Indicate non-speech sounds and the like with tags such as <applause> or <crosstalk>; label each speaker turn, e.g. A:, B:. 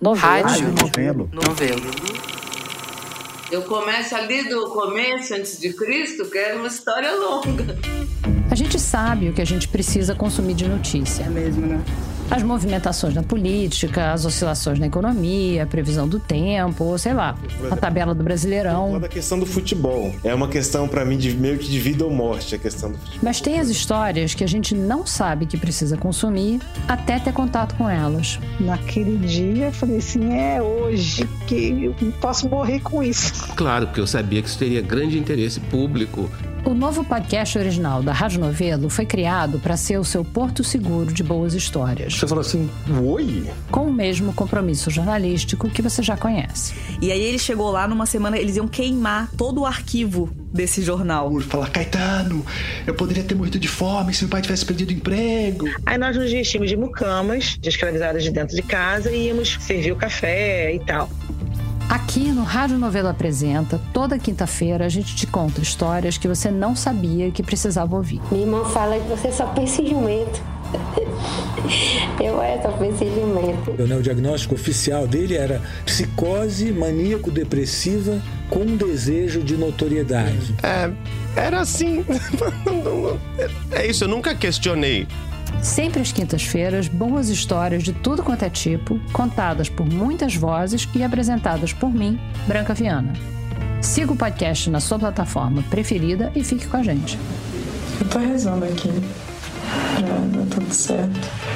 A: Novelo.
B: Rádio.
C: Novelo.
B: Novelo.
D: Eu começo ali do começo, antes de Cristo, que era uma história longa.
A: A gente sabe o que a gente precisa consumir de notícia. É mesmo, né? As movimentações na política, as oscilações na economia, a previsão do tempo, sei lá, a tabela do
E: Lá
A: Brasileirão.
E: da questão do futebol. É uma questão, pra mim, de meio que de vida ou morte a questão do futebol.
A: Mas tem as histórias que a gente não sabe que precisa consumir até ter contato com elas.
F: Naquele dia eu falei assim, é hoje que eu posso morrer com isso.
G: Claro, porque eu sabia que isso teria grande interesse público.
A: O novo podcast original da Rádio Novelo foi criado para ser o seu porto seguro de boas histórias,
C: Você fala assim, oi?
A: com o mesmo compromisso jornalístico que você já conhece.
H: E aí ele chegou lá numa semana, eles iam queimar todo o arquivo desse jornal.
I: Falar, Caetano, eu poderia ter morrido de fome se meu pai tivesse perdido o emprego.
F: Aí nós nos vestimos de mucamas, de escravizadas de dentro de casa, e íamos servir o café e tal.
A: Aqui no Rádio Novelo Apresenta, toda quinta-feira a gente te conta histórias que você não sabia que precisava ouvir.
J: Minha irmã fala que você só pensa em jumento. <laughs> Eu é, só penso em jumento.
C: né, o diagnóstico oficial dele era psicose maníaco-depressiva com desejo de notoriedade.
G: Era assim. <laughs> É isso, eu nunca questionei.
A: Sempre às quintas-feiras, boas histórias de tudo quanto é tipo, contadas por muitas vozes e apresentadas por mim, Branca Viana. Siga o podcast na sua plataforma preferida e fique com a gente.
F: Eu tô rezando aqui pra dar tudo certo.